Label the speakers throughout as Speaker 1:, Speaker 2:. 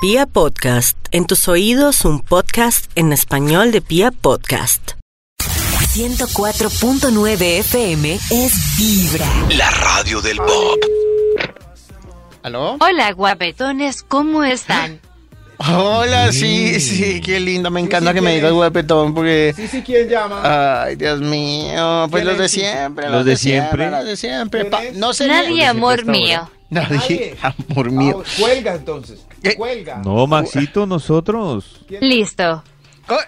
Speaker 1: Pia Podcast, en tus oídos un podcast en español de Pia Podcast.
Speaker 2: 104.9 FM es Vibra.
Speaker 3: La radio del pop.
Speaker 4: ¿Aló?
Speaker 5: Hola guapetones, ¿cómo están?
Speaker 4: Hola, sí, sí, qué lindo. Me encanta que me digas guapetón porque.
Speaker 6: Sí, sí, ¿quién
Speaker 7: Ah,
Speaker 6: llama?
Speaker 4: Ay, Dios mío. Pues
Speaker 6: ¿Quién
Speaker 4: los de
Speaker 6: es?
Speaker 4: siempre. Los, de siempre. Los de siempre.
Speaker 6: ¿Quién
Speaker 4: pa-
Speaker 6: es?
Speaker 4: no sé.
Speaker 5: Nadie, amor mío.
Speaker 4: Nadie,
Speaker 6: Nadie.
Speaker 4: amor
Speaker 6: Ah,
Speaker 4: mío.
Speaker 6: cuelga entonces.
Speaker 4: ¿Qué?
Speaker 6: Cuelga.
Speaker 8: No, Maxito, nosotros.
Speaker 5: Listo.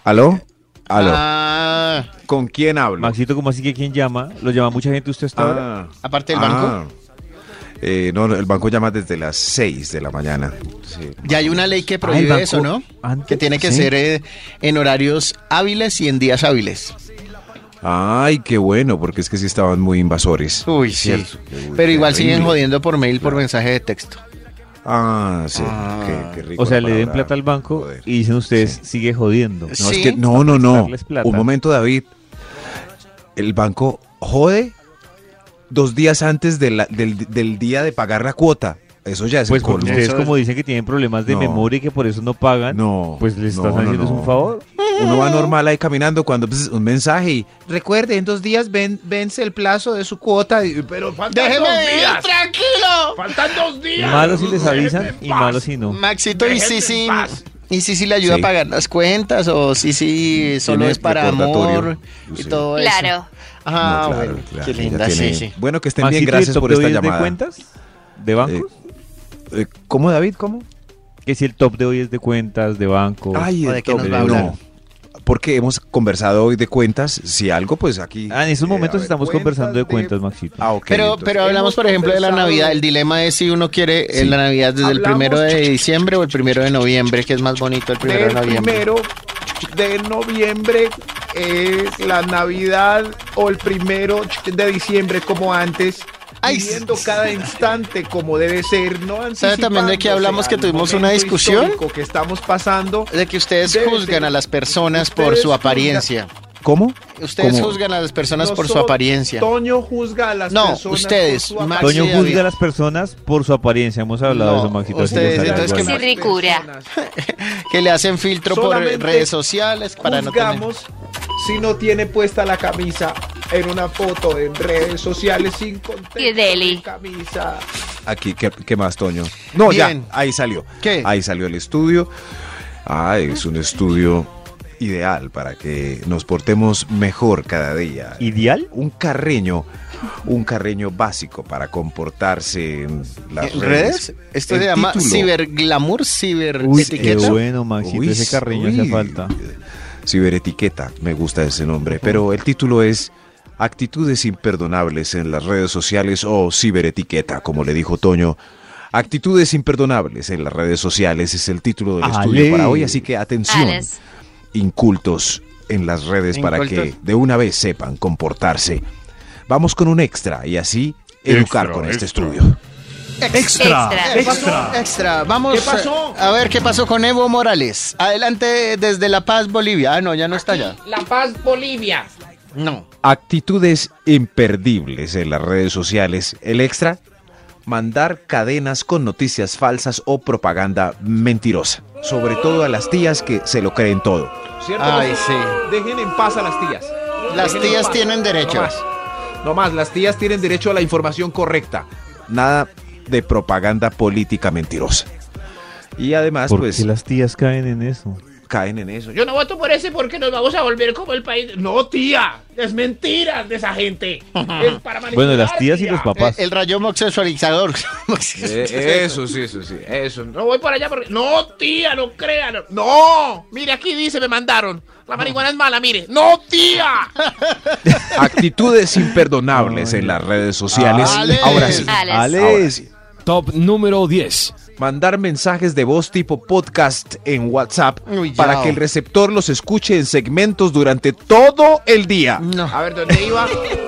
Speaker 7: ¿Aló? ¿Aló?
Speaker 4: Ah,
Speaker 7: ¿Con quién hablo?
Speaker 8: Maxito, ¿cómo así que quién llama? ¿Lo llama mucha gente usted hasta ahora?
Speaker 7: Ah,
Speaker 4: aparte del banco.
Speaker 7: ah. Eh, no, no, el banco llama desde las 6 de la mañana. Sí.
Speaker 4: Ya hay una ley que
Speaker 8: el
Speaker 4: prohíbe
Speaker 8: banco
Speaker 4: eso, ¿no?
Speaker 8: antes,
Speaker 4: que tiene que
Speaker 8: sí.
Speaker 4: ser eh, en horarios hábiles y en días hábiles.
Speaker 7: Ay, qué bueno, porque es que sí estaban muy invasores.
Speaker 4: Uy, sí.
Speaker 7: Cierto. Uy,
Speaker 4: Pero
Speaker 7: qué
Speaker 4: igual siguen
Speaker 7: horrible.
Speaker 4: jodiendo por mail, por mensaje de texto.
Speaker 7: Ah, sí.
Speaker 4: Ah.
Speaker 7: Qué, qué rico
Speaker 8: O sea,
Speaker 7: la
Speaker 8: le den
Speaker 7: palabra
Speaker 8: plata al banco
Speaker 7: joder.
Speaker 8: y dicen ustedes, sigue jodiendo.
Speaker 7: No, es
Speaker 4: Sí.
Speaker 7: que, no, no, no.
Speaker 8: Darles plata.
Speaker 7: Un momento, David. El banco jode dos días antes de la- del, del día de pagar la cuota. Eso ya es
Speaker 8: Pues
Speaker 7: el
Speaker 8: porque
Speaker 7: colmo.
Speaker 8: ustedes como dicen que tienen problemas de
Speaker 7: No.
Speaker 8: memoria y que por eso no pagan,
Speaker 7: No,
Speaker 8: pues les
Speaker 7: no,
Speaker 8: están
Speaker 7: no,
Speaker 8: haciendo
Speaker 7: no.
Speaker 8: un favor.
Speaker 7: Uno va normal ahí caminando cuando pues, un mensaje y recuerde, en dos días ven- vence el plazo de su cuota. y- pero faltan
Speaker 4: ¡Déjeme
Speaker 7: dos
Speaker 4: vivir
Speaker 7: días.
Speaker 4: tranquilo!
Speaker 6: Faltan dos días.
Speaker 8: Malo si les avisan y malo si no.
Speaker 4: Maxito y
Speaker 6: Déjenme en
Speaker 4: Sisi.
Speaker 6: paz.
Speaker 4: Y Sisi le ayuda
Speaker 7: Sí.
Speaker 4: a pagar las cuentas o Sisi solo
Speaker 7: Tiene
Speaker 4: es para
Speaker 7: recordatorio.
Speaker 4: amor y
Speaker 7: Sí.
Speaker 4: todo Oh, eso.
Speaker 5: Claro.
Speaker 4: Ah,
Speaker 7: No, claro,
Speaker 4: bueno,
Speaker 7: claro,
Speaker 4: qué
Speaker 7: ya
Speaker 4: linda
Speaker 7: tiene-
Speaker 4: Sisi.
Speaker 7: Bueno, que estén
Speaker 8: Maxito, ¿y
Speaker 7: bien,
Speaker 8: el
Speaker 7: gracias
Speaker 8: top
Speaker 7: por
Speaker 8: de
Speaker 7: esta
Speaker 8: hoy es
Speaker 7: llamada.
Speaker 8: de cuentas? ¿De bancos?
Speaker 7: Eh, ¿Cómo, David? ¿Cómo?
Speaker 8: Que si el top de hoy es de cuentas, de bancos.
Speaker 7: Ay,
Speaker 4: ¿O de
Speaker 7: el
Speaker 4: qué nos
Speaker 7: top,
Speaker 4: va a hablar?
Speaker 7: no. Porque hemos conversado hoy de cuentas. Si algo, pues aquí.
Speaker 8: Ah, en esos
Speaker 7: eh,
Speaker 8: momentos
Speaker 7: a ver.
Speaker 8: estamos
Speaker 6: cuentas
Speaker 8: conversando de
Speaker 6: de-
Speaker 8: cuentas, Maxito.
Speaker 7: Ah, ok,
Speaker 4: Pero,
Speaker 7: entonces-
Speaker 4: pero hablamos,
Speaker 6: hemos
Speaker 4: por ejemplo, de la
Speaker 6: conversado-
Speaker 4: Navidad. El dilema es si uno quiere eh,
Speaker 7: Sí.
Speaker 4: la Navidad desde el
Speaker 6: Hablamos-
Speaker 4: primero de diciembre o el primero de noviembre, que es más bonito el primero de
Speaker 6: El
Speaker 4: noviembre.
Speaker 6: primero de noviembre es la Navidad o el primero de diciembre como antes.
Speaker 4: Ay,
Speaker 6: viviendo cada instante como debe ser, no
Speaker 4: ¿Sabe también de qué
Speaker 6: anticipándose
Speaker 4: hablamos que
Speaker 6: al
Speaker 4: tuvimos una
Speaker 6: momento
Speaker 4: discusión?
Speaker 6: histórico que estamos pasando.
Speaker 4: De que ustedes
Speaker 6: Debe
Speaker 4: juzgan
Speaker 6: ser.
Speaker 4: a las personas por
Speaker 6: Ustedes
Speaker 4: su
Speaker 6: juzgan-
Speaker 4: apariencia.
Speaker 7: ¿Cómo?
Speaker 4: Ustedes
Speaker 7: ¿Cómo?
Speaker 4: juzgan a las personas por su
Speaker 6: Nosotros-
Speaker 4: apariencia.
Speaker 6: Toño juzga a las
Speaker 4: No,
Speaker 6: personas. por
Speaker 4: ustedes,
Speaker 6: su
Speaker 4: Max-
Speaker 6: apariencia.
Speaker 8: Toño
Speaker 4: sí, David.
Speaker 8: juzga a las personas por su apariencia. Hemos hablado
Speaker 4: No,
Speaker 8: de eso, Maxito. así que
Speaker 4: ustedes,
Speaker 8: está
Speaker 4: entonces,
Speaker 8: igual.
Speaker 4: ¿qué
Speaker 5: Sí, ricura.
Speaker 4: Que le hacen filtro por
Speaker 6: Solamente
Speaker 4: redes sociales para no tener...
Speaker 6: juzgamos si no tiene puesta la camisa en una foto en redes sociales sin contexto
Speaker 5: Qué deli.
Speaker 6: de camisa.
Speaker 7: Aquí, ¿qué, qué más, Toño? No,
Speaker 4: Bien.
Speaker 7: ya, ahí salió.
Speaker 4: ¿Qué?
Speaker 7: Ahí salió el estudio. Ah, es un estudio ideal para que nos portemos mejor cada día.
Speaker 8: ¿Ideal?
Speaker 7: un carreño, un carreño básico para comportarse en las
Speaker 4: ¿En
Speaker 7: redes.
Speaker 4: redes? Esto
Speaker 7: El
Speaker 4: se llama
Speaker 7: título.
Speaker 4: ciberglamour, ciber
Speaker 8: Uy, qué
Speaker 4: etiqueta.
Speaker 8: bueno, Maxito.
Speaker 7: Uy,
Speaker 8: ese carreño
Speaker 7: uy.
Speaker 8: hace falta.
Speaker 7: Ciberetiqueta, me gusta ese nombre, pero el título es Actitudes imperdonables en las redes sociales o ciberetiqueta, como le dijo Toño. Actitudes imperdonables en las redes sociales es el título del
Speaker 8: Ale.
Speaker 7: estudio para hoy, así que atención,
Speaker 5: Alex.
Speaker 7: incultos en las redes para que
Speaker 4: Incultos.
Speaker 7: de una vez sepan comportarse. Vamos con un extra y así educar con este estudio.
Speaker 5: Extra.
Speaker 4: ¿Qué pasó? Extra. Vamos
Speaker 6: ¿Qué pasó?
Speaker 4: eh, a ver qué pasó con Evo Morales. Adelante desde La Paz, Bolivia. Ah, no, ya no está allá.
Speaker 9: La Paz, Bolivia.
Speaker 4: No.
Speaker 7: Actitudes imperdibles en las redes sociales. El extra, mandar cadenas con noticias falsas o propaganda mentirosa. Sobre todo a las tías que se lo creen todo.
Speaker 6: ¿Cierto?
Speaker 4: Ay,
Speaker 6: No sé.
Speaker 4: sí.
Speaker 6: Dejen en paz a las tías.
Speaker 4: Las
Speaker 6: Déjenlas en
Speaker 4: tías
Speaker 6: paz.
Speaker 4: tienen
Speaker 6: No
Speaker 4: derechos.
Speaker 6: más. No más, las tías tienen derecho a la información correcta.
Speaker 7: Nada de propaganda política mentirosa. Y además,
Speaker 8: ¿Por
Speaker 7: pues,
Speaker 8: qué las tías caen en eso?
Speaker 7: caen en eso.
Speaker 9: pues, Yo no voto por ese porque nos vamos a volver como el país. No, tía. Es mentira de esa gente. Es
Speaker 8: Bueno,
Speaker 9: para manipular,
Speaker 8: las tías y los
Speaker 4: Eh,
Speaker 8: papás.
Speaker 4: el rayo sexualizador.
Speaker 7: Eh, Eso, sí, eso, sí, eso.
Speaker 9: No voy para allá porque. No, tía, no crean. No. Mire, aquí dice, me mandaron. La marihuana es mala, mire. No, tía.
Speaker 7: Actitudes imperdonables en las redes sociales.
Speaker 4: Alex.
Speaker 7: Ahora sí.
Speaker 5: Alex.
Speaker 7: Ahora sí.
Speaker 10: Top número 10.
Speaker 7: Mandar mensajes de voz tipo podcast en WhatsApp
Speaker 4: Uy, ya.
Speaker 7: para que el receptor los escuche en segmentos durante todo el día.
Speaker 4: No.
Speaker 9: A ver, ¿dónde iba?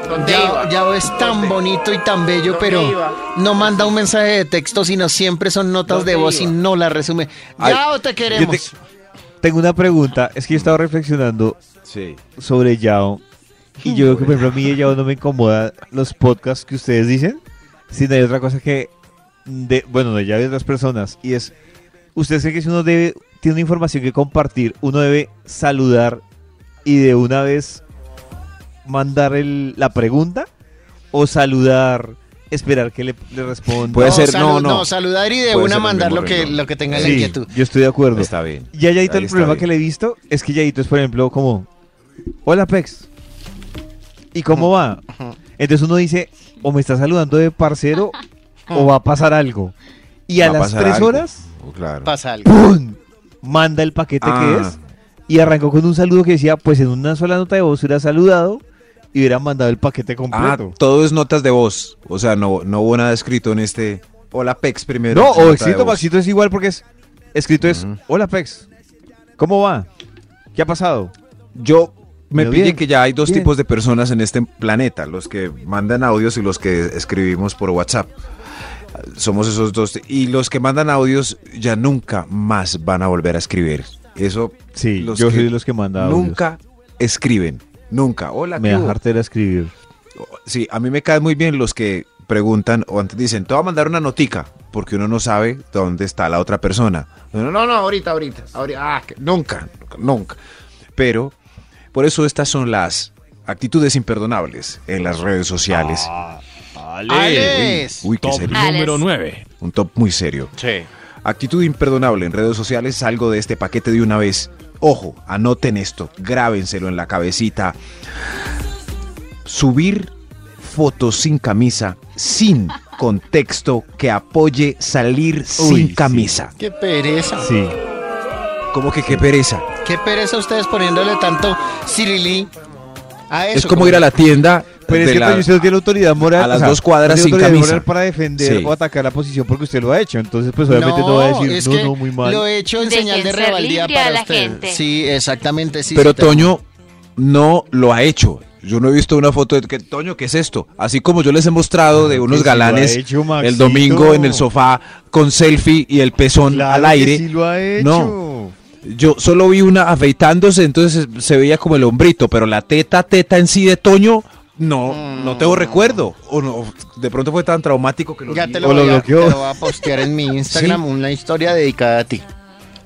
Speaker 9: ¿Dónde
Speaker 4: Ya,
Speaker 9: iba?
Speaker 4: ya es tan bonito y tan bello,
Speaker 9: ¿Dónde
Speaker 4: pero
Speaker 9: iba?
Speaker 4: no manda un mensaje de texto, sino siempre son notas de
Speaker 9: ¿Dónde
Speaker 4: voz y
Speaker 9: iba?
Speaker 4: no la resume.
Speaker 7: Ay,
Speaker 4: Ya te
Speaker 8: Yo te-
Speaker 4: queremos.
Speaker 8: tengo una pregunta. Es que yo estaba reflexionando
Speaker 7: Sí.
Speaker 8: sobre Yao. Y yo veo que, por ejemplo, a mí de Yao no me incomoda los podcasts que ustedes dicen. Sino hay otra cosa que. De, bueno, de ya de otras personas. Y es ¿Ustedes creen que si uno debe, tiene una información que compartir, uno debe saludar y de una vez mandar el- la pregunta? ¿O saludar, esperar que le, le responda?
Speaker 7: Puede ser, no,
Speaker 4: salu-
Speaker 7: no.
Speaker 4: saludar y de
Speaker 7: Puede
Speaker 4: una
Speaker 7: ser el
Speaker 4: mandar
Speaker 7: mismo
Speaker 4: lo que,
Speaker 7: renglón.
Speaker 4: lo que tenga la
Speaker 8: Sí,
Speaker 4: inquietud.
Speaker 8: yo estoy de acuerdo.
Speaker 7: Está bien.
Speaker 8: Y a Yadito
Speaker 7: Ahí
Speaker 8: el
Speaker 7: está
Speaker 8: problema
Speaker 7: bien.
Speaker 8: que le he visto es que Yadito es, por ejemplo, como, hola Pex, ¿y cómo va? Entonces uno dice, o me está saludando de parcero, o va a pasar algo. Y a
Speaker 7: Va
Speaker 8: las
Speaker 7: pasar
Speaker 8: tres
Speaker 7: algo.
Speaker 8: horas,
Speaker 7: Oh, claro.
Speaker 4: Pasa algo.
Speaker 8: ¡pum! Manda el paquete
Speaker 7: Ah.
Speaker 8: que es, y arrancó con un saludo que decía, pues en una sola nota de voz hubiera saludado, y hubiera mandado el paquete
Speaker 7: Ah,
Speaker 8: completo.
Speaker 7: todo es notas de voz. O sea, no, no hubo nada escrito en este. Hola Pex primero.
Speaker 8: no,
Speaker 7: Nota
Speaker 8: o
Speaker 7: de
Speaker 8: escrito,
Speaker 7: voz.
Speaker 8: Maxito es igual porque es, escrito es,
Speaker 7: Ujú.
Speaker 8: hola Pex, ¿cómo va? ¿Qué ha pasado?
Speaker 7: Yo me
Speaker 8: Pero
Speaker 7: pillé
Speaker 8: bien,
Speaker 7: que ya hay dos
Speaker 8: bien.
Speaker 7: tipos de personas en este planeta, los que mandan audios y los que escribimos por WhatsApp. Somos esos dos. Y los que mandan audios ya nunca más van a volver a escribir. Eso
Speaker 8: Sí,
Speaker 7: Los
Speaker 8: yo
Speaker 7: que
Speaker 8: soy de los que manda audios.
Speaker 7: nunca escriben. Nunca. Hola,
Speaker 8: Me
Speaker 7: ¿qué
Speaker 8: da
Speaker 7: hubo?
Speaker 8: jartera escribir.
Speaker 7: Sí, a mí me caen muy bien los que preguntan o antes dicen, te voy a mandar una notica, porque uno no sabe dónde está la otra persona. No, no, no, ahorita, ahorita. ahorita. Ah, que nunca, nunca, nunca. Pero por eso estas son las actitudes imperdonables en las redes sociales.
Speaker 8: Ah,
Speaker 4: ¡Alex!
Speaker 7: Uy, qué
Speaker 10: Top
Speaker 7: serio.
Speaker 5: Alex.
Speaker 10: número 9.
Speaker 7: Un top muy serio. Actitud imperdonable en redes sociales, salgo de este paquete de una vez. Ojo, anoten esto, grábenselo en la cabecita. Subir fotos sin camisa, sin contexto que apoye salir sin
Speaker 8: sí.
Speaker 7: camisa.
Speaker 4: ¡Qué pereza!
Speaker 8: Sí.
Speaker 7: Como que qué pereza.
Speaker 4: ¡Qué pereza ustedes poniéndole tanto cirilí a eso!
Speaker 7: es como ir a la tienda.
Speaker 8: Pero es
Speaker 7: de
Speaker 8: que
Speaker 7: la-
Speaker 8: Toño, usted no tiene autoridad moral.
Speaker 7: a las dos cuadras
Speaker 8: no tiene
Speaker 7: sin
Speaker 8: autoridad
Speaker 7: camisa.
Speaker 8: moral para defender
Speaker 7: Sí.
Speaker 8: o atacar la posición porque usted lo ha hecho. Entonces, pues obviamente no, va a decir,
Speaker 4: es
Speaker 8: no,
Speaker 4: que
Speaker 8: no, muy mal.
Speaker 4: Lo he hecho en
Speaker 5: Dejen
Speaker 4: señal de
Speaker 5: ser
Speaker 4: rebeldía
Speaker 5: libre a
Speaker 4: para
Speaker 5: la
Speaker 4: ustedes.
Speaker 5: gente.
Speaker 4: Sí, exactamente. Sí,
Speaker 7: Pero
Speaker 4: sí, te-
Speaker 7: Toño no lo ha hecho. Yo no he visto una foto de que Toño, ¿qué es esto? Así como yo les he mostrado de
Speaker 8: Claro
Speaker 7: unos
Speaker 8: que sí lo ha
Speaker 7: galanes
Speaker 8: hecho,
Speaker 7: el
Speaker 8: Maxito.
Speaker 7: domingo en el sofá con selfie y el pezón
Speaker 8: Claro
Speaker 7: al
Speaker 8: que
Speaker 7: aire.
Speaker 8: sí lo ha hecho.
Speaker 7: No. Yo solo vi una afeitándose, entonces se veía como el hombrito, pero la teta, teta en sí de Toño, no,
Speaker 4: Mm.
Speaker 7: no tengo recuerdo. O no, de pronto fue tan traumático que lo
Speaker 4: Ya
Speaker 7: vi.
Speaker 4: te lo,
Speaker 8: O lo
Speaker 4: voy a, te
Speaker 8: bloqueó.
Speaker 4: lo voy a postear en mi Instagram una historia dedicada a ti.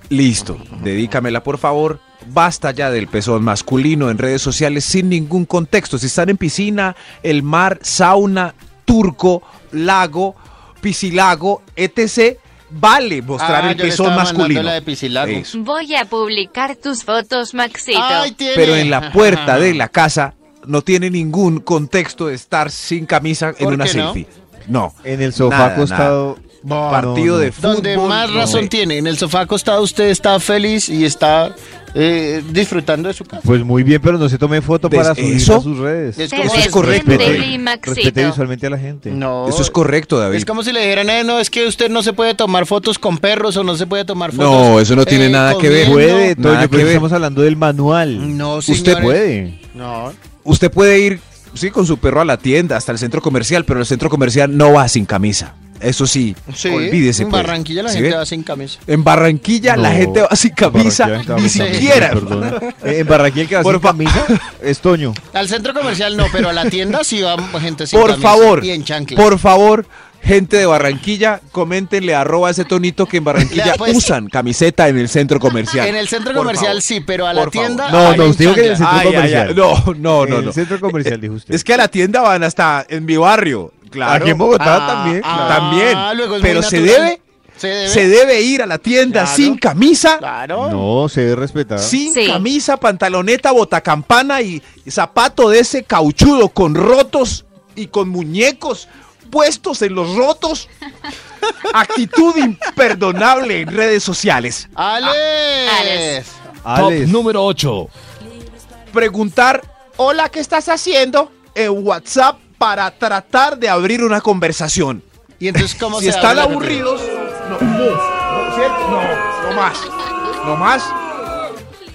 Speaker 7: Listo, dedícamela por favor. Basta ya del pezón masculino en redes sociales sin ningún contexto. Si están en piscina, el mar, sauna, turco, lago, piscilago, etc., vale mostrar
Speaker 4: Ah,
Speaker 7: el
Speaker 4: yo le
Speaker 7: pezón
Speaker 4: estaba mandando
Speaker 7: masculino.
Speaker 4: la de piscilago.
Speaker 7: Eso.
Speaker 5: Voy a publicar tus fotos, Maxito.
Speaker 4: Ay, tiene.
Speaker 7: Pero en la puerta de la casa no tiene ningún contexto de estar sin camisa en
Speaker 4: ¿Por
Speaker 7: una
Speaker 4: qué no? Eh,
Speaker 7: selfie. No.
Speaker 8: En el sofá
Speaker 7: Nada,
Speaker 8: acostado. No,
Speaker 7: Partido
Speaker 8: no,
Speaker 7: de
Speaker 8: no.
Speaker 7: fútbol.
Speaker 4: Donde más
Speaker 7: no
Speaker 4: razón
Speaker 7: sé.
Speaker 4: tiene. En el sofá acostado usted está feliz y está eh, disfrutando de su casa.
Speaker 8: Pues muy bien, pero no se tome foto
Speaker 7: ¿Ves
Speaker 8: para subir
Speaker 7: eso?
Speaker 8: a sus redes.
Speaker 4: Es
Speaker 5: Te
Speaker 4: como
Speaker 5: ves
Speaker 4: si-
Speaker 7: es correcto,
Speaker 5: bien,
Speaker 7: Toño.
Speaker 5: Deli,
Speaker 8: Respete
Speaker 5: Maxito.
Speaker 8: visualmente a la gente.
Speaker 4: No.
Speaker 7: Eso es correcto, David.
Speaker 4: Es como si le dijeran, eh, no, es que usted no se puede tomar fotos con perros o no se puede tomar
Speaker 7: No,
Speaker 4: fotos. eh,
Speaker 7: eso no tiene nada que ver.
Speaker 4: comiendo.
Speaker 7: Nada
Speaker 8: Puede, Toño,
Speaker 7: que
Speaker 8: pero
Speaker 7: ver.
Speaker 8: estamos hablando del manual.
Speaker 4: No,
Speaker 8: Usted
Speaker 4: señores.
Speaker 8: puede.
Speaker 4: No.
Speaker 7: Usted puede ir, sí, con su perro a la tienda, hasta el centro comercial, pero el centro comercial no va sin camisa. Eso sí,
Speaker 4: Sí,
Speaker 7: olvídese.
Speaker 4: En
Speaker 7: pues.
Speaker 4: Barranquilla la
Speaker 7: ¿Sí
Speaker 4: gente
Speaker 7: ve?
Speaker 4: va sin camisa.
Speaker 7: En Barranquilla la
Speaker 8: No,
Speaker 7: gente va sin camisa,
Speaker 8: Barranquilla,
Speaker 7: ni
Speaker 8: camisa,
Speaker 7: siquiera.
Speaker 8: perdona. Eh, En Barranquilla el que va
Speaker 7: Por
Speaker 8: sin
Speaker 7: fa-
Speaker 8: camisa es Toño.
Speaker 4: Al centro comercial no, pero a la tienda sí va gente sin
Speaker 7: Por
Speaker 4: camisa.
Speaker 7: favor,
Speaker 4: Y en chanclas.
Speaker 7: por favor, gente de Barranquilla, coméntenle arroba a ese tonito que en Barranquilla
Speaker 4: Ya, pues.
Speaker 7: usan camiseta en el centro comercial.
Speaker 4: En el centro
Speaker 7: Por
Speaker 4: comercial
Speaker 7: favor.
Speaker 4: sí, pero a la
Speaker 7: Por favor.
Speaker 4: tienda.
Speaker 8: No,
Speaker 4: van
Speaker 8: no,
Speaker 4: en
Speaker 8: usted dijo que en el
Speaker 4: chanclas.
Speaker 8: centro
Speaker 7: Ay, ay, ay.
Speaker 8: comercial.
Speaker 7: No, no, no,
Speaker 8: En
Speaker 7: no. Eh,
Speaker 8: el Eh, centro comercial, dijo usted. Ah,
Speaker 7: Es que a la tienda van hasta en mi barrio. Claro.
Speaker 8: Aquí en Bogotá
Speaker 4: Ah,
Speaker 8: también.
Speaker 4: ah,
Speaker 7: También.
Speaker 4: luego es muy
Speaker 7: pero se
Speaker 4: natural.
Speaker 7: debe,
Speaker 4: Se debe.
Speaker 7: se debe ir a la tienda
Speaker 4: Claro.
Speaker 7: sin camisa.
Speaker 4: Claro.
Speaker 8: No, se debe respetar.
Speaker 7: Sin
Speaker 5: Sí.
Speaker 7: camisa, pantaloneta, botacampana y zapato de ese cauchudo con rotos y con muñecos puestos en los rotos. Actitud imperdonable en redes sociales.
Speaker 4: Alex.
Speaker 5: Alex.
Speaker 8: Alex,
Speaker 10: Top número 8.
Speaker 7: Preguntar, hola, ¿qué estás haciendo? En WhatsApp para tratar de abrir una conversación.
Speaker 4: Y entonces, ¿cómo
Speaker 7: si
Speaker 4: se
Speaker 7: están
Speaker 4: abre?
Speaker 7: aburridos, no, no, no, ¿cierto? No, no más, no más,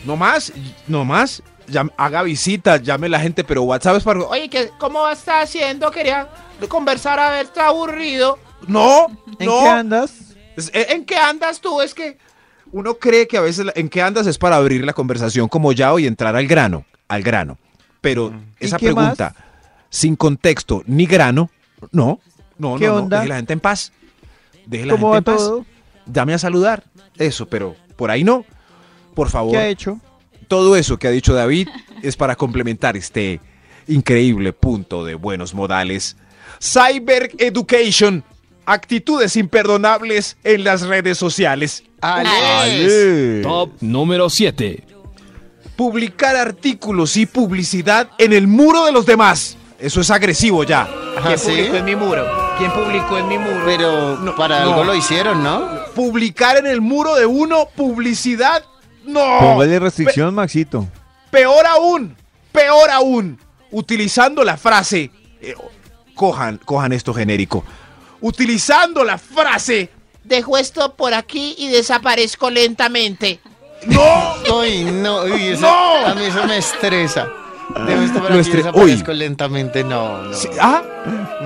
Speaker 7: no más, no más. Llam- haga visitas, llame la gente, pero WhatsApp es para. Oye, ¿qué- ¿cómo está haciendo? Quería conversar a ver, está aburrido. No,
Speaker 8: ¿en
Speaker 7: no.
Speaker 8: qué andas?
Speaker 7: Es- eh, ¿En en qué andas tú? Es que uno cree que a veces la- en qué andas es para abrir la conversación como ya y entrar al grano, al grano. Pero
Speaker 8: Mm. ¿Y
Speaker 7: esa
Speaker 8: qué más?
Speaker 7: pregunta, sin contexto ni grano, no, no,
Speaker 8: ¿Qué
Speaker 7: no, no,
Speaker 8: onda?
Speaker 7: deje la gente en paz. Deje la
Speaker 8: ¿Cómo
Speaker 7: gente pues,
Speaker 8: va
Speaker 7: en paz.
Speaker 8: todo?
Speaker 7: Dame a saludar. Eso, pero por ahí no. Por favor.
Speaker 4: ¿Qué ha hecho?
Speaker 7: Todo eso que ha dicho David es para complementar este increíble punto de buenos modales. Cyber Education. Actitudes imperdonables en las redes sociales.
Speaker 5: Alex.
Speaker 10: Top número 7.
Speaker 7: Publicar artículos y publicidad en el muro de los demás. Eso es agresivo ya.
Speaker 4: Ah,
Speaker 6: ¿Quién
Speaker 4: ¿sí?
Speaker 6: publicó en mi muro? ¿Quién publicó en mi muro?
Speaker 4: Pero
Speaker 6: No,
Speaker 4: para
Speaker 6: no.
Speaker 4: algo lo hicieron, ¿no?
Speaker 7: Publicar en el muro de uno publicidad. No.
Speaker 8: Póngale restricción, Maxito.
Speaker 7: Peor aún, peor aún, utilizando la frase, eh, cojan, cojan esto genérico, utilizando la frase,
Speaker 9: Dejo esto por aquí y desaparezco lentamente.
Speaker 7: no,
Speaker 4: Uy, no, uy, eso,
Speaker 7: ¡No!
Speaker 4: a mí eso me estresa. Debo estar
Speaker 7: Lo
Speaker 4: para que
Speaker 7: estre-
Speaker 4: desaparezco lentamente, no, no.
Speaker 7: Sí, ah,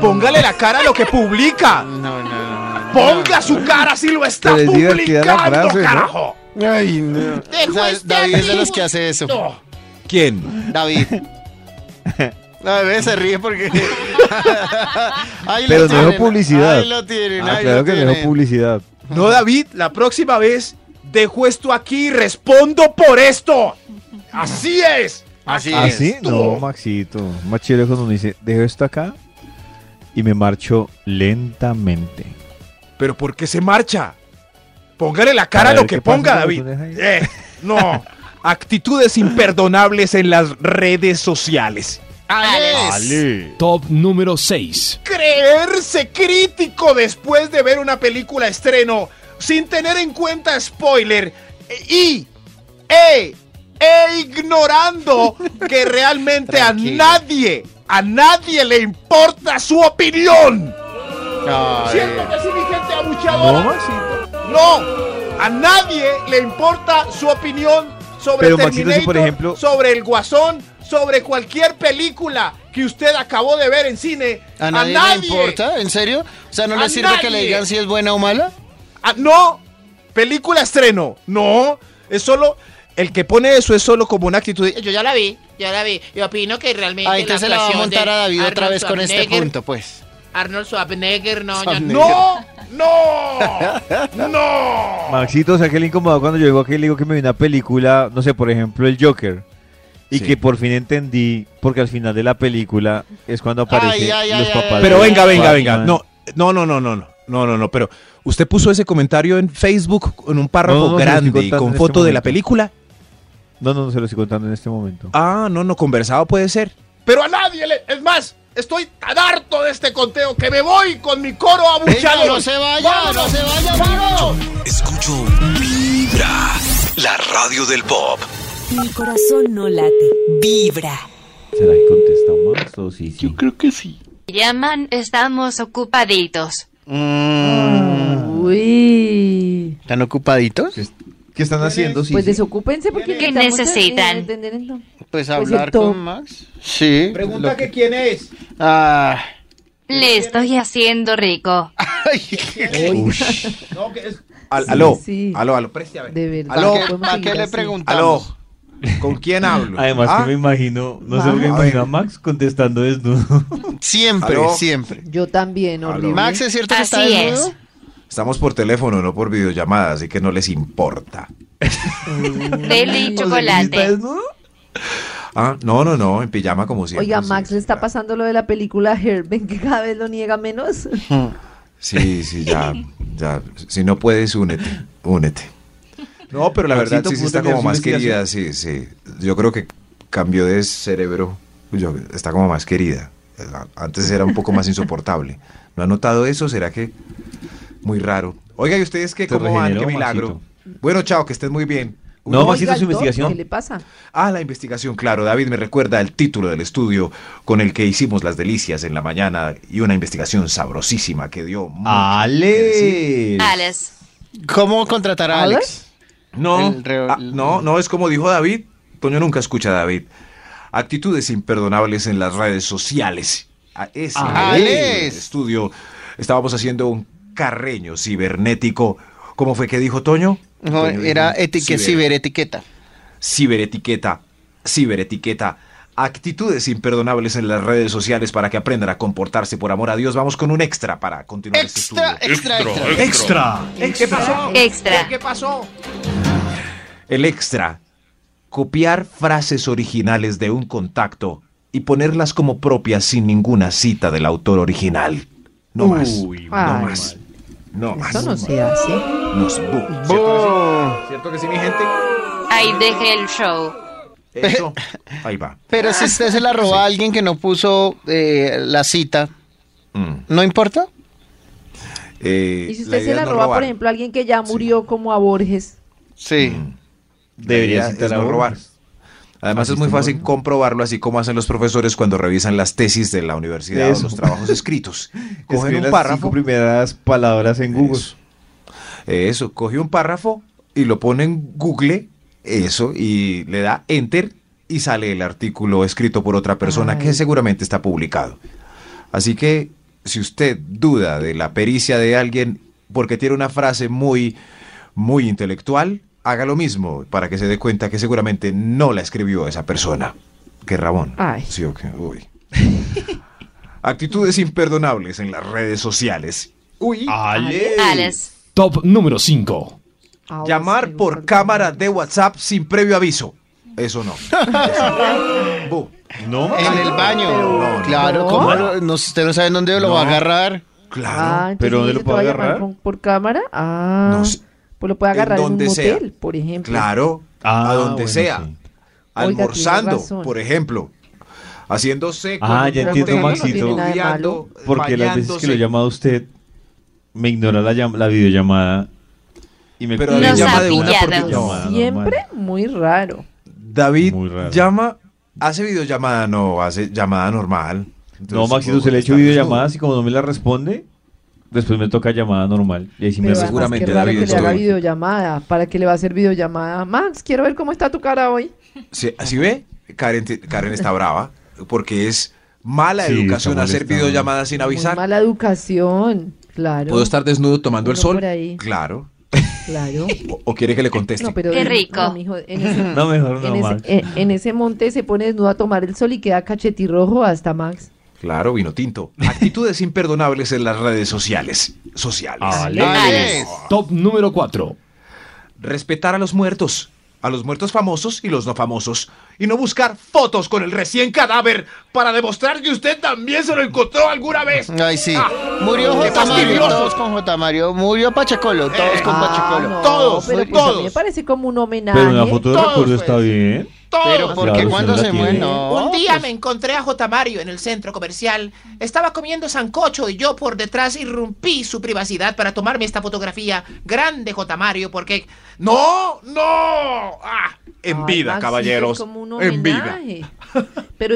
Speaker 7: póngale la cara a lo que publica,
Speaker 4: No, no, no, no.
Speaker 7: ponga su cara si lo está
Speaker 8: Pero es divertida la
Speaker 7: publicando,
Speaker 8: frase, ¿no?
Speaker 7: carajo.
Speaker 4: Ay, no.
Speaker 9: Dejo
Speaker 4: ¿Sabes?
Speaker 9: este
Speaker 4: David es de
Speaker 9: aquí.
Speaker 4: los que hace eso.
Speaker 9: No.
Speaker 7: ¿Quién?
Speaker 4: David. No, bebé se ríe porque. Ahí lo
Speaker 8: Pero no
Speaker 4: tienen,
Speaker 8: dejó publicidad.
Speaker 4: Ahí lo tienen,
Speaker 8: Ah,
Speaker 4: ahí
Speaker 8: claro
Speaker 4: lo
Speaker 8: que le
Speaker 4: tienen.
Speaker 8: dio publicidad.
Speaker 7: No, David, la próxima vez dejo esto aquí y respondo por esto. Así es.
Speaker 4: Así
Speaker 8: ¿Ah,
Speaker 4: es.
Speaker 8: sí? No, Maxito. Más chévere cuando uno dice, dejo esto acá y me marcho lentamente.
Speaker 7: Pero ¿por qué se marcha? Póngale la cara
Speaker 8: A
Speaker 7: a
Speaker 8: ver,
Speaker 7: lo que
Speaker 8: ¿qué pasa
Speaker 7: ponga,
Speaker 8: con
Speaker 7: David.
Speaker 8: tu oreja ahí?
Speaker 7: Eh, no. Actitudes imperdonables en las redes sociales.
Speaker 10: Top número 6.
Speaker 7: Creerse crítico después de ver una película estreno sin tener en cuenta spoiler y e, e ignorando que realmente a
Speaker 4: Tranquilo.
Speaker 7: nadie, a nadie le importa su opinión.
Speaker 4: Ay,
Speaker 7: Siento que sí, mi gente abucheadora.
Speaker 8: No, Maxito.
Speaker 7: No, a nadie le importa su opinión sobre
Speaker 8: Pero, Maxito,
Speaker 7: Terminator,
Speaker 8: si, por ejemplo-
Speaker 7: sobre El Guasón, sobre cualquier película que usted acabó de ver en cine.
Speaker 4: ¿A nadie, le importa? ¿En serio? O sea, ¿no
Speaker 7: A
Speaker 4: le sirve que le
Speaker 7: nadie.
Speaker 4: digan si es buena o mala?
Speaker 7: Ah, no, película estreno. No, es solo... El que pone eso es solo como una actitud de...
Speaker 9: Yo ya la vi, ya la vi. Yo opino que realmente.
Speaker 4: Ah, entonces se la va a
Speaker 9: actuación
Speaker 4: montar
Speaker 9: de
Speaker 4: a David otra
Speaker 9: Arnold
Speaker 4: vez con este
Speaker 9: Schwarzenegger-
Speaker 4: punto, pues.
Speaker 9: Arnold Schwarzenegger, no, yo
Speaker 4: Schwarzenegger.
Speaker 9: no.
Speaker 7: ¡No! ¡No! ¡No!
Speaker 8: Maxito, o sea, que le incomoda cuando yo digo que le digo que me vi una película, no sé, por ejemplo, el Joker. Y
Speaker 7: Sí.
Speaker 8: que por fin entendí, porque al final de la película es cuando aparecen
Speaker 4: ay, ay,
Speaker 8: los
Speaker 4: ay,
Speaker 8: papás.
Speaker 4: ay,
Speaker 8: de
Speaker 7: Pero venga, venga,
Speaker 8: Batman.
Speaker 7: venga. No, no, no, no, no, no. No, no, no, pero usted puso ese comentario en Facebook con un párrafo
Speaker 8: No, no, no, se lo estoy
Speaker 7: grande y
Speaker 8: contando
Speaker 7: con
Speaker 8: en este
Speaker 7: foto de la
Speaker 8: momento.
Speaker 7: película.
Speaker 8: No, no, no se lo estoy contando en este momento.
Speaker 7: Ah, no, no, conversado puede ser.
Speaker 9: Pero a nadie le. Es más, estoy tan harto de este conteo que me voy con mi coro
Speaker 4: Venga,
Speaker 9: abuchado.
Speaker 4: no se vaya, no se vaya, amigo.
Speaker 3: Escucho Vibra, la radio del pop.
Speaker 2: Mi corazón no late, vibra.
Speaker 8: ¿Será que contesta más o sí? sí?
Speaker 5: Llaman, estamos ocupaditos.
Speaker 4: Mm,
Speaker 8: Ah.
Speaker 11: Uy.
Speaker 4: ¿Están ocupaditos?
Speaker 8: Pues, ¿Qué están haciendo? Sí,
Speaker 11: Pues
Speaker 8: sí.
Speaker 11: desocúpense porque
Speaker 5: ¿Qué
Speaker 11: necesitamos, eh,
Speaker 5: necesitan?
Speaker 11: entender esto.
Speaker 4: Pues
Speaker 11: hablar
Speaker 4: hablar
Speaker 11: Pues el con
Speaker 4: con Max. Sí.
Speaker 6: Pregunta que quién es.
Speaker 4: Ah.
Speaker 5: Le estoy haciendo rico.
Speaker 6: No, que es-
Speaker 7: Al-
Speaker 11: Sí,
Speaker 7: aló,
Speaker 11: sí.
Speaker 7: aló, aló, preste a ver.
Speaker 11: De verdad.
Speaker 7: Aló,
Speaker 11: no podemos
Speaker 4: ¿A
Speaker 11: seguir
Speaker 4: qué le
Speaker 11: así.
Speaker 7: Aló,
Speaker 4: preguntamos?
Speaker 7: ¿con quién hablo?
Speaker 8: Además
Speaker 7: Ah,
Speaker 8: que me imagino, no sé por qué me
Speaker 7: Vamos.
Speaker 8: imagino a Max contestando desnudo.
Speaker 4: Siempre,
Speaker 7: Aló.
Speaker 4: siempre.
Speaker 11: Yo también,
Speaker 7: Aló.
Speaker 11: horrible.
Speaker 4: Max, ¿es cierto que está
Speaker 5: Así es.
Speaker 4: desnudo?
Speaker 7: Estamos por teléfono, no por videollamada, así que no les importa.
Speaker 5: Deli y chocolate.
Speaker 8: desnudo?
Speaker 7: Ah, no, no, no, en pijama como siempre.
Speaker 11: Oiga,
Speaker 7: sí, Ah,
Speaker 11: Max le está
Speaker 7: claro.
Speaker 11: pasando lo de la película Herben, que cada vez lo niega menos.
Speaker 7: Sí, sí, ya, ya. Si no puedes, únete, únete. No, pero la verdad
Speaker 8: Maxito,
Speaker 7: sí, sí
Speaker 8: ¿pudo
Speaker 7: está
Speaker 8: terminar
Speaker 7: como
Speaker 8: su
Speaker 7: más querida,
Speaker 8: investigación?
Speaker 7: sí, sí. Yo creo que cambió de cerebro, pues Yo- está como más querida. Antes era un poco más insoportable. ¿No ha notado eso? ¿Será que muy raro? Oiga, ¿y ustedes qué?
Speaker 8: Se
Speaker 7: ¿Cómo van?
Speaker 8: regeneró,
Speaker 7: ¡Qué milagro! Bueno, chao, que estén muy bien.
Speaker 8: No,
Speaker 7: Uy,
Speaker 8: Maxi- Maxito, su
Speaker 11: Oiga, ¿y todo?
Speaker 8: investigación.
Speaker 11: ¿Qué le pasa?
Speaker 7: Ah, la investigación, claro. David me recuerda el título del estudio con el que hicimos las delicias en la mañana y una investigación sabrosísima que dio...
Speaker 8: Mm,
Speaker 7: mucho que decir.
Speaker 8: ¡Ale!
Speaker 5: Alex.
Speaker 4: ¿Cómo contratar a Alex?
Speaker 7: No,
Speaker 4: El reo-
Speaker 7: ah, no, no, es como dijo David. Toño nunca escucha a David. Actitudes imperdonables en las redes sociales. A ese
Speaker 4: Ah, ¡Ales!
Speaker 7: estudio estábamos haciendo un carreño cibernético. ¿Cómo fue que dijo Toño?
Speaker 4: No,
Speaker 7: Toño dijo,
Speaker 4: era etiqueta,
Speaker 7: ciber-
Speaker 4: ciberetiqueta.
Speaker 7: Ciberetiqueta, ciberetiqueta. actitudes imperdonables en las redes sociales para que aprendan a comportarse por amor a Dios. Vamos con un extra para continuar
Speaker 4: Extra,
Speaker 7: este estudio.
Speaker 4: extra, extra.
Speaker 7: extra.
Speaker 6: ¿Qué pasó?
Speaker 5: Extra.
Speaker 6: ¿Qué pasó?
Speaker 7: El extra. Copiar frases originales de un contacto y ponerlas como propias sin ninguna cita del autor original. No más.
Speaker 12: Uy,
Speaker 7: no
Speaker 12: ay.
Speaker 7: más. No más.
Speaker 12: Eso no se hace.
Speaker 7: Nos bu- ¿Cierto que sí? ¿Cierto que sí, mi gente?
Speaker 5: Ahí dejé el show.
Speaker 7: Eso. Ahí va.
Speaker 4: Pero si usted se la robó a alguien que no puso eh, la cita, ¿no importa?
Speaker 7: Mm. Eh,
Speaker 11: Y si usted se la roba, por ejemplo, a alguien que ya murió como a Borges.
Speaker 4: Sí.
Speaker 7: Debería
Speaker 8: Debería
Speaker 7: es
Speaker 8: citar a
Speaker 7: no
Speaker 8: uno.
Speaker 7: robar. Además es muy fácil comprobarlo, así como hacen los profesores cuando revisan las tesis de la universidad o
Speaker 8: Eso.
Speaker 7: los trabajos escritos.
Speaker 8: Escribe
Speaker 7: Cogen un
Speaker 8: las
Speaker 7: párrafo,
Speaker 8: cinco primeras palabras en Google.
Speaker 7: Eh, eso, coge un párrafo y lo pone en Google, eso, y le da enter y sale el artículo escrito por otra persona que seguramente está publicado. Así que si usted duda de la pericia de alguien porque tiene una frase muy, muy intelectual, haga lo mismo para que se dé cuenta que seguramente no la escribió esa persona. Qué rabón. Sí, ok, uy. Actitudes imperdonables en las redes sociales. Uy.
Speaker 5: Alex.
Speaker 10: Top número 5.
Speaker 11: Ah,
Speaker 7: Llamar por cámara de WhatsApp sin previo aviso. Eso no. No.
Speaker 4: En el baño.
Speaker 7: No, no.
Speaker 4: Ah, claro,
Speaker 7: No.
Speaker 4: ¿cómo no? No, usted no sabe dónde lo va a
Speaker 7: No.
Speaker 4: agarrar.
Speaker 7: Claro.
Speaker 11: Ah, entonces
Speaker 7: ¿pero dónde lo
Speaker 11: dice, ¿te
Speaker 7: puedo
Speaker 11: va a llamar
Speaker 7: agarrar?
Speaker 11: con- ¿Por cámara? Ah, pues lo puede
Speaker 7: En
Speaker 11: agarrar en, un
Speaker 7: donde sea.
Speaker 11: motel, por ejemplo.
Speaker 7: Claro, a donde
Speaker 8: Ah, bueno,
Speaker 7: sea.
Speaker 8: sí.
Speaker 11: Oiga,
Speaker 7: Almorzando,
Speaker 11: tiene razón.
Speaker 7: por ejemplo. Haciéndose
Speaker 8: Ah, ya entiendo, Maxito.
Speaker 7: Estudiando,
Speaker 8: Porque las veces que lo he
Speaker 7: bañándose.
Speaker 8: llamado a usted, me ignora la, llam- la videollamada. Y me
Speaker 7: Pero
Speaker 8: me
Speaker 7: Nos
Speaker 8: llama
Speaker 7: ha
Speaker 8: de una por
Speaker 5: pillado.
Speaker 8: videollamada, Ah, normal.
Speaker 11: Siempre muy raro.
Speaker 7: David llama, hace videollamada, no, hace llamada normal.
Speaker 8: No,
Speaker 7: Entonces,
Speaker 8: Maxito,
Speaker 7: puedo
Speaker 8: se le ha hecho
Speaker 7: contestar.
Speaker 8: videollamadas y como no me la responde, después me toca llamada normal. Y ahí sí me
Speaker 11: Pero además, qué
Speaker 8: seguramente
Speaker 11: raro que le haga videollamada. ¿Para qué le va a hacer videollamada? Max, quiero ver cómo está tu cara hoy.
Speaker 7: Sí, ¿sí ve? Karen, te- Karen está brava porque es mala
Speaker 8: Sí, está
Speaker 7: educación hacer
Speaker 8: molestando.
Speaker 7: videollamadas sin
Speaker 11: Muy
Speaker 7: avisar.
Speaker 11: mala educación. Claro.
Speaker 7: ¿Puedo estar desnudo tomando el
Speaker 11: Uno
Speaker 7: sol?
Speaker 11: por ahí.
Speaker 7: Claro.
Speaker 11: Claro.
Speaker 7: O, o quiere que le conteste?
Speaker 11: No, pues. pero
Speaker 5: Qué
Speaker 11: en-
Speaker 5: rico.
Speaker 11: no, mijo, en, ese,
Speaker 8: No, mejor no,
Speaker 11: en, ese,
Speaker 8: Max.
Speaker 11: eh, en ese monte se pone desnudo a tomar el sol y queda cachetirrojo hasta Max.
Speaker 7: Claro, vino tinto. Actitudes imperdonables en las redes sociales. Sociales. Ah.
Speaker 10: Alex. Ah, Top número 4.
Speaker 7: Respetar a los muertos. A los muertos famosos y los no famosos. Y no buscar fotos con el recién cadáver para demostrar que usted también se lo encontró alguna vez.
Speaker 4: Ay, sí.
Speaker 7: Ah,
Speaker 4: Murió
Speaker 7: qué
Speaker 4: J. Mario,
Speaker 7: fastidioso.
Speaker 4: todos con J. Mario. Murió Pachacolo, todos con
Speaker 7: Ah,
Speaker 4: Pachacolo.
Speaker 11: no,
Speaker 4: todos,
Speaker 11: pero pues a mí me
Speaker 4: todos.
Speaker 11: parece como un homenaje.
Speaker 8: Pero una foto de
Speaker 4: todos,
Speaker 8: recuerdo
Speaker 4: pues.
Speaker 8: está bien.
Speaker 4: Pero
Speaker 8: Claro,
Speaker 4: porque
Speaker 8: si
Speaker 4: cuando
Speaker 8: no la
Speaker 4: se
Speaker 8: tiene.
Speaker 4: muere, no.
Speaker 7: Oh,
Speaker 9: Un día
Speaker 7: pues.
Speaker 9: me encontré a J. Mario en el centro comercial. Estaba comiendo sancocho y yo por detrás irrumpí su privacidad para tomarme esta fotografía grande, J. Mario, porque... ¡No! ¡No! Ah,
Speaker 7: En
Speaker 11: Ay,
Speaker 7: vida,
Speaker 11: Maxito,
Speaker 7: caballeros.
Speaker 11: es como un
Speaker 7: En vida.
Speaker 11: homenaje. Pero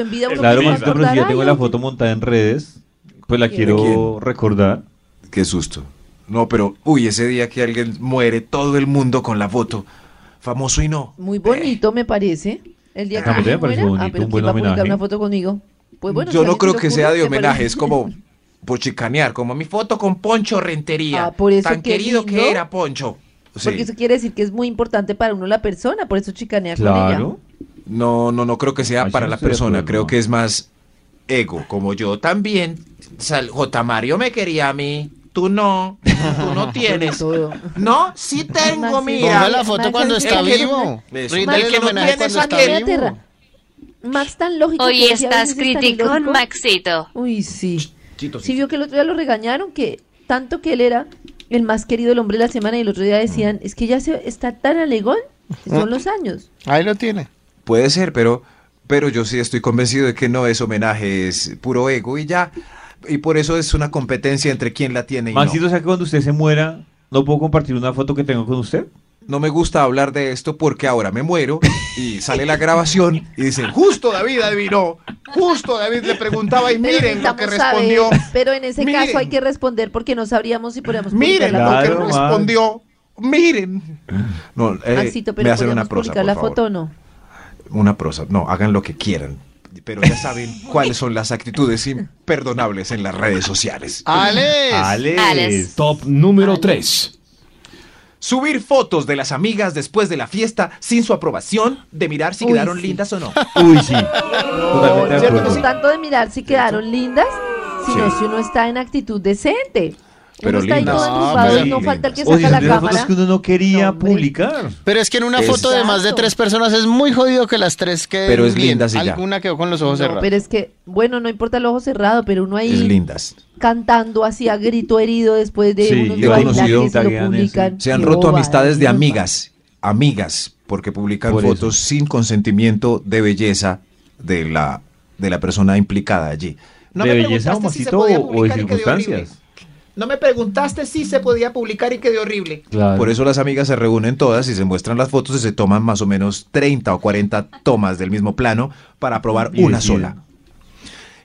Speaker 11: en vida uno
Speaker 8: Claro,
Speaker 11: puede
Speaker 8: Maxito, pero si
Speaker 11: acordar,
Speaker 8: yo tengo
Speaker 11: ay,
Speaker 8: la
Speaker 11: ay,
Speaker 8: foto montada en redes, pues la
Speaker 11: ¿De
Speaker 8: quiero
Speaker 7: quién?
Speaker 8: recordar.
Speaker 7: Qué susto. No, pero, uy, ese día que alguien muere, todo el mundo con la foto. Famoso y no.
Speaker 11: Muy bonito, me parece. El día que
Speaker 8: A mí también
Speaker 11: yo
Speaker 8: me parece
Speaker 11: muera,
Speaker 8: bonito,
Speaker 11: ah, pero
Speaker 8: un
Speaker 11: ¿quién
Speaker 8: buen
Speaker 11: va a publicar
Speaker 8: homenaje.
Speaker 11: una foto conmigo? Pues bueno,
Speaker 7: Yo
Speaker 11: si a
Speaker 7: no
Speaker 11: alguien
Speaker 7: creo
Speaker 11: se le
Speaker 7: que
Speaker 11: ocurre,
Speaker 7: sea de
Speaker 11: me parece-
Speaker 7: homenaje, es como por chicanear, como mi foto con Poncho Rentería.
Speaker 11: Ah, por eso
Speaker 7: tan
Speaker 11: qué
Speaker 7: querido
Speaker 11: lindo.
Speaker 7: que era Poncho. Sí.
Speaker 11: Porque eso quiere decir que es muy importante para uno la persona, por eso chicanear con ella.
Speaker 8: Claro.
Speaker 7: No, no, no creo que sea
Speaker 8: Ay, sí,
Speaker 7: para
Speaker 8: no
Speaker 7: la
Speaker 8: estoy de
Speaker 7: persona,
Speaker 8: acuerdo,
Speaker 7: creo
Speaker 8: no.
Speaker 7: que es más ego, como yo también.
Speaker 9: Sal- J. Mario me quería a mí. Tú no. Tú no tienes.
Speaker 11: Todo.
Speaker 9: No, sí tengo,
Speaker 11: Maxi,
Speaker 9: mira.
Speaker 4: Ponga la foto
Speaker 11: Maxi,
Speaker 4: cuando
Speaker 11: el
Speaker 4: está
Speaker 11: que-
Speaker 4: vivo.
Speaker 7: Eso.
Speaker 4: Ríndale
Speaker 9: El
Speaker 4: el
Speaker 9: que no
Speaker 4: homenaje
Speaker 9: tiene
Speaker 4: cuando
Speaker 9: esa
Speaker 4: está
Speaker 9: que-
Speaker 11: Espérate,
Speaker 4: vivo.
Speaker 11: Ra- Max tan lógico.
Speaker 5: Hoy
Speaker 11: que sí, a
Speaker 5: estás
Speaker 11: veces es tan
Speaker 5: criticón,
Speaker 11: ilógico.
Speaker 5: Maxito.
Speaker 11: Uy, sí. Si vio que el otro día lo regañaron, que tanto que él era el más querido, el hombre de la semana, y el otro día decían, es que ya se está tan alegón,
Speaker 7: Mm.
Speaker 11: son los años.
Speaker 4: Ahí lo tiene.
Speaker 7: Puede ser, pero, pero yo sí estoy convencido de que no es homenaje, es puro ego y ya. Y por eso es una competencia entre quién la tiene y no.
Speaker 8: Maxito, o sea que cuando usted se muera, ¿no puedo compartir una foto que tengo con usted?
Speaker 7: No me gusta hablar de esto porque ahora me muero y sale la grabación y dicen, justo David adivinó, justo David le preguntaba y miren lo que
Speaker 11: Necesitamos saber,
Speaker 7: respondió.
Speaker 11: pero en ese
Speaker 7: Miren.
Speaker 11: caso hay que responder porque no sabríamos si podríamos
Speaker 7: Miren
Speaker 11: publicar la
Speaker 7: lo que
Speaker 8: Claro, Max.
Speaker 7: respondió. Miren. No, eh,
Speaker 11: foto. Maxito, pero
Speaker 7: me hacen una
Speaker 11: podríamos
Speaker 7: prosa,
Speaker 11: publicar
Speaker 7: por
Speaker 11: la
Speaker 7: favor.
Speaker 11: foto o no.
Speaker 7: Una prosa. No, hagan lo que quieran. Pero ya saben cuáles son las actitudes imperdonables en las redes sociales.
Speaker 4: Alex.
Speaker 5: Alex.
Speaker 10: Top número 3.
Speaker 9: Subir fotos de las amigas después de la fiesta sin su aprobación, de mirar si
Speaker 11: Uy,
Speaker 9: quedaron
Speaker 11: sí.
Speaker 9: lindas o no.
Speaker 8: Uy, sí.
Speaker 6: Totalmente de
Speaker 11: No
Speaker 6: acuerdo.
Speaker 11: es tanto de mirar si quedaron lindas, sino
Speaker 7: Sí.
Speaker 11: si uno está en actitud decente.
Speaker 7: Pero
Speaker 11: uno está ahí
Speaker 7: lindas.
Speaker 11: todo
Speaker 4: No,
Speaker 11: enrupado
Speaker 4: pero
Speaker 11: y no
Speaker 7: lindas.
Speaker 11: falta el que
Speaker 8: O si
Speaker 11: saca
Speaker 8: son
Speaker 11: la
Speaker 8: de las fotos
Speaker 11: cámara.
Speaker 8: que uno no quería publicar.
Speaker 4: Pero es que en una foto de más de
Speaker 11: Exacto.
Speaker 4: tres personas es muy jodido que las tres queden
Speaker 7: Pero es
Speaker 4: bien.
Speaker 7: linda, sí, ya.
Speaker 4: Alguna quedó con los ojos
Speaker 11: No,
Speaker 4: cerrados.
Speaker 11: pero es que, bueno, no importa el ojo cerrado, pero uno
Speaker 7: Es
Speaker 11: ahí
Speaker 7: lindas.
Speaker 11: cantando así a grito herido después de
Speaker 8: Sí,
Speaker 11: unos
Speaker 8: yo he
Speaker 11: bailables
Speaker 7: conocido-
Speaker 11: que se lo
Speaker 8: taguean eso.
Speaker 11: publican.
Speaker 7: Se han
Speaker 11: Qué
Speaker 7: roto
Speaker 11: bobada,
Speaker 7: amistades de
Speaker 11: Dios.
Speaker 7: amigas, amigas, porque publican
Speaker 8: Por eso.
Speaker 7: fotos sin consentimiento de belleza de la, de la persona implicada allí.
Speaker 9: No
Speaker 8: ¿De
Speaker 9: me
Speaker 8: belleza,
Speaker 9: preguntaste si se
Speaker 8: Maxito,
Speaker 9: podía
Speaker 8: o de
Speaker 9: publicar y quedé
Speaker 8: circunstancias?
Speaker 9: No me preguntaste si se podía publicar y quedé horrible.
Speaker 10: Claro.
Speaker 7: Por eso las amigas se reúnen todas y se muestran las fotos y se toman más o menos 30 o 40 tomas del mismo plano para aprobar
Speaker 8: Y
Speaker 7: una
Speaker 8: deciden.
Speaker 7: sola.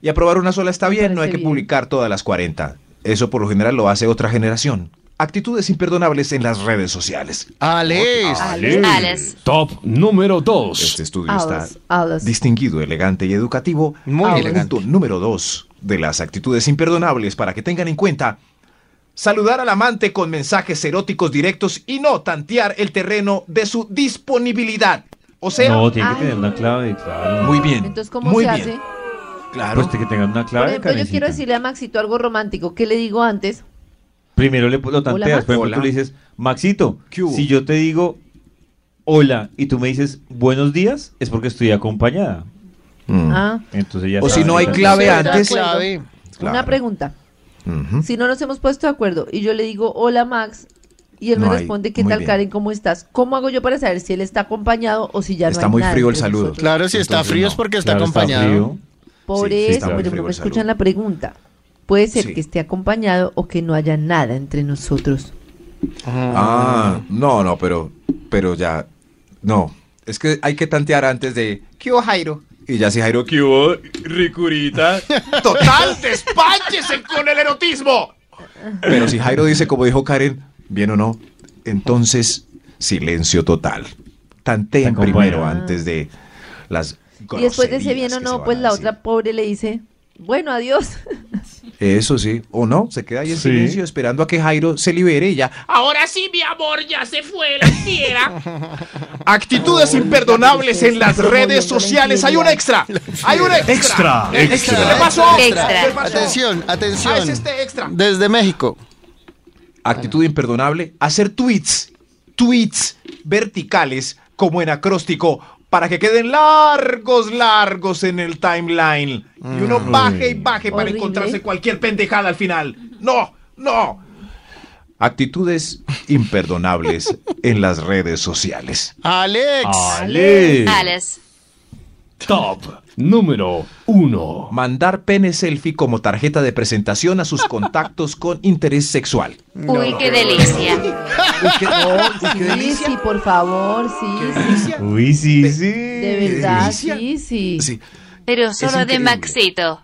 Speaker 7: Y aprobar una sola está
Speaker 11: Me
Speaker 7: bien, no hay
Speaker 11: parece
Speaker 7: que
Speaker 11: bien.
Speaker 7: publicar todas las 40. Eso por lo general lo hace otra generación. Actitudes imperdonables en las redes sociales.
Speaker 4: Alex.
Speaker 5: Alex.
Speaker 10: Top número 2.
Speaker 7: Este estudio está
Speaker 11: Alas, alas.
Speaker 7: distinguido, elegante y educativo.
Speaker 4: Muy
Speaker 7: Y el
Speaker 4: elegante.
Speaker 7: punto número dos de las actitudes imperdonables para que tengan en cuenta. Saludar al amante con mensajes eróticos directos y no tantear el terreno de su disponibilidad. O sea,
Speaker 8: No, tiene que
Speaker 11: Ay.
Speaker 8: tener una clave, claro.
Speaker 7: muy bien.
Speaker 11: Entonces, ¿cómo
Speaker 7: muy
Speaker 11: se
Speaker 7: bien,
Speaker 11: hace?
Speaker 7: Claro.
Speaker 8: Pues que tengan una
Speaker 11: Por
Speaker 8: clave.
Speaker 11: ejemplo, yo
Speaker 8: Karencita.
Speaker 11: quiero decirle a Maxito algo romántico. ¿Qué le digo antes?
Speaker 8: Primero le, lo tanteas,
Speaker 11: Max.
Speaker 8: por ejemplo,
Speaker 7: Hola.
Speaker 8: tú le dices, Maxito,
Speaker 7: ¿Qué hubo?
Speaker 8: si yo te digo hola y tú me dices buenos días, es porque estoy acompañada.
Speaker 7: Mm,
Speaker 11: Ah,
Speaker 8: Entonces ya
Speaker 7: O
Speaker 8: sabes
Speaker 7: si no
Speaker 8: que
Speaker 7: hay
Speaker 8: estás-
Speaker 7: clave
Speaker 4: Otra
Speaker 7: antes.
Speaker 4: clave.
Speaker 11: una
Speaker 7: claro.
Speaker 11: pregunta.
Speaker 7: Ujú.
Speaker 11: Si no nos hemos puesto de acuerdo y yo le digo hola Max y él
Speaker 7: No
Speaker 11: me
Speaker 7: hay-
Speaker 11: responde qué
Speaker 7: muy
Speaker 11: tal
Speaker 7: bien.
Speaker 11: Karen, cómo estás. ¿Cómo hago yo para saber si él está acompañado o si ya no
Speaker 7: Está
Speaker 11: hay
Speaker 7: muy
Speaker 11: nada
Speaker 7: frío el
Speaker 11: entre
Speaker 7: saludo.
Speaker 11: nosotros?
Speaker 4: Claro, si está
Speaker 7: Entonces,
Speaker 4: frío
Speaker 7: no.
Speaker 4: es porque está
Speaker 8: Claro,
Speaker 4: acompañado.
Speaker 8: frío.
Speaker 11: Por
Speaker 7: Sí, sí,
Speaker 11: eso,
Speaker 7: está muy
Speaker 11: pero
Speaker 7: frío
Speaker 11: no me
Speaker 7: el
Speaker 11: escuchan
Speaker 7: saludo.
Speaker 11: la pregunta. Puede ser
Speaker 7: Sí.
Speaker 11: que esté acompañado o que no haya nada entre nosotros.
Speaker 7: Ah, no, no, pero, pero ya, no. Es que hay que tantear antes de
Speaker 9: ¿Qué hubo, Jairo?
Speaker 7: y ya si Jairo que hubo ricurita.
Speaker 9: ¡Total, despáchese con el erotismo!
Speaker 7: Pero si Jairo dice como dijo Karen, bien o no, entonces silencio total.
Speaker 8: Te
Speaker 7: Tanteen
Speaker 8: acompaño.
Speaker 7: primero antes de las
Speaker 11: Y después de ese
Speaker 7: groserías
Speaker 11: bien o
Speaker 7: que se
Speaker 11: no,
Speaker 7: van
Speaker 11: pues
Speaker 7: a
Speaker 11: la
Speaker 7: decir.
Speaker 11: otra pobre le dice, bueno, adiós.
Speaker 7: Eso sí, o no, se queda ahí en
Speaker 8: Sí.
Speaker 7: silencio esperando a que Jairo se libere y ya.
Speaker 9: Ahora sí, mi amor, ya se fue la fiera.
Speaker 7: Actitudes imperdonables en las redes sociales. Hay un extra. Hay un extra.
Speaker 10: Extra.
Speaker 7: Extra. ¿Qué pasó?
Speaker 5: Extra.
Speaker 4: Atención, atención.
Speaker 9: Ah, es este extra.
Speaker 4: Desde México.
Speaker 7: Actitud imperdonable, hacer tweets, tweets verticales como en acróstico para que queden largos, largos en el timeline.
Speaker 9: Y uno baje y baje para
Speaker 11: Horrible.
Speaker 9: encontrarse cualquier pendejada al final. ¡No! ¡No!
Speaker 7: Actitudes imperdonables en las redes sociales.
Speaker 4: Alex.
Speaker 8: Ale.
Speaker 5: Alex.
Speaker 10: Top número 1.
Speaker 7: Mandar pene selfie como tarjeta de presentación a sus contactos con interés sexual.
Speaker 5: Uy, qué delicia.
Speaker 11: Sí, sí, por favor, sí, sí.
Speaker 8: Uy, sí, sí.
Speaker 11: De verdad,
Speaker 7: delicia.
Speaker 11: sí, sí.
Speaker 7: Sí,
Speaker 5: Pero solo de
Speaker 7: increíble.
Speaker 5: Maxito.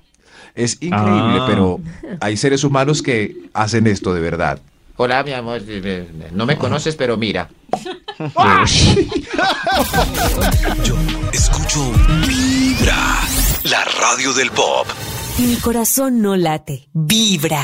Speaker 7: es increíble,
Speaker 8: Ah.
Speaker 7: pero hay seres humanos que hacen esto de verdad.
Speaker 9: Hola, mi amor. Eh, No me conoces, pero mira.
Speaker 3: Yo escucho Vibra, la radio del pop.
Speaker 2: Mi corazón no late, vibra.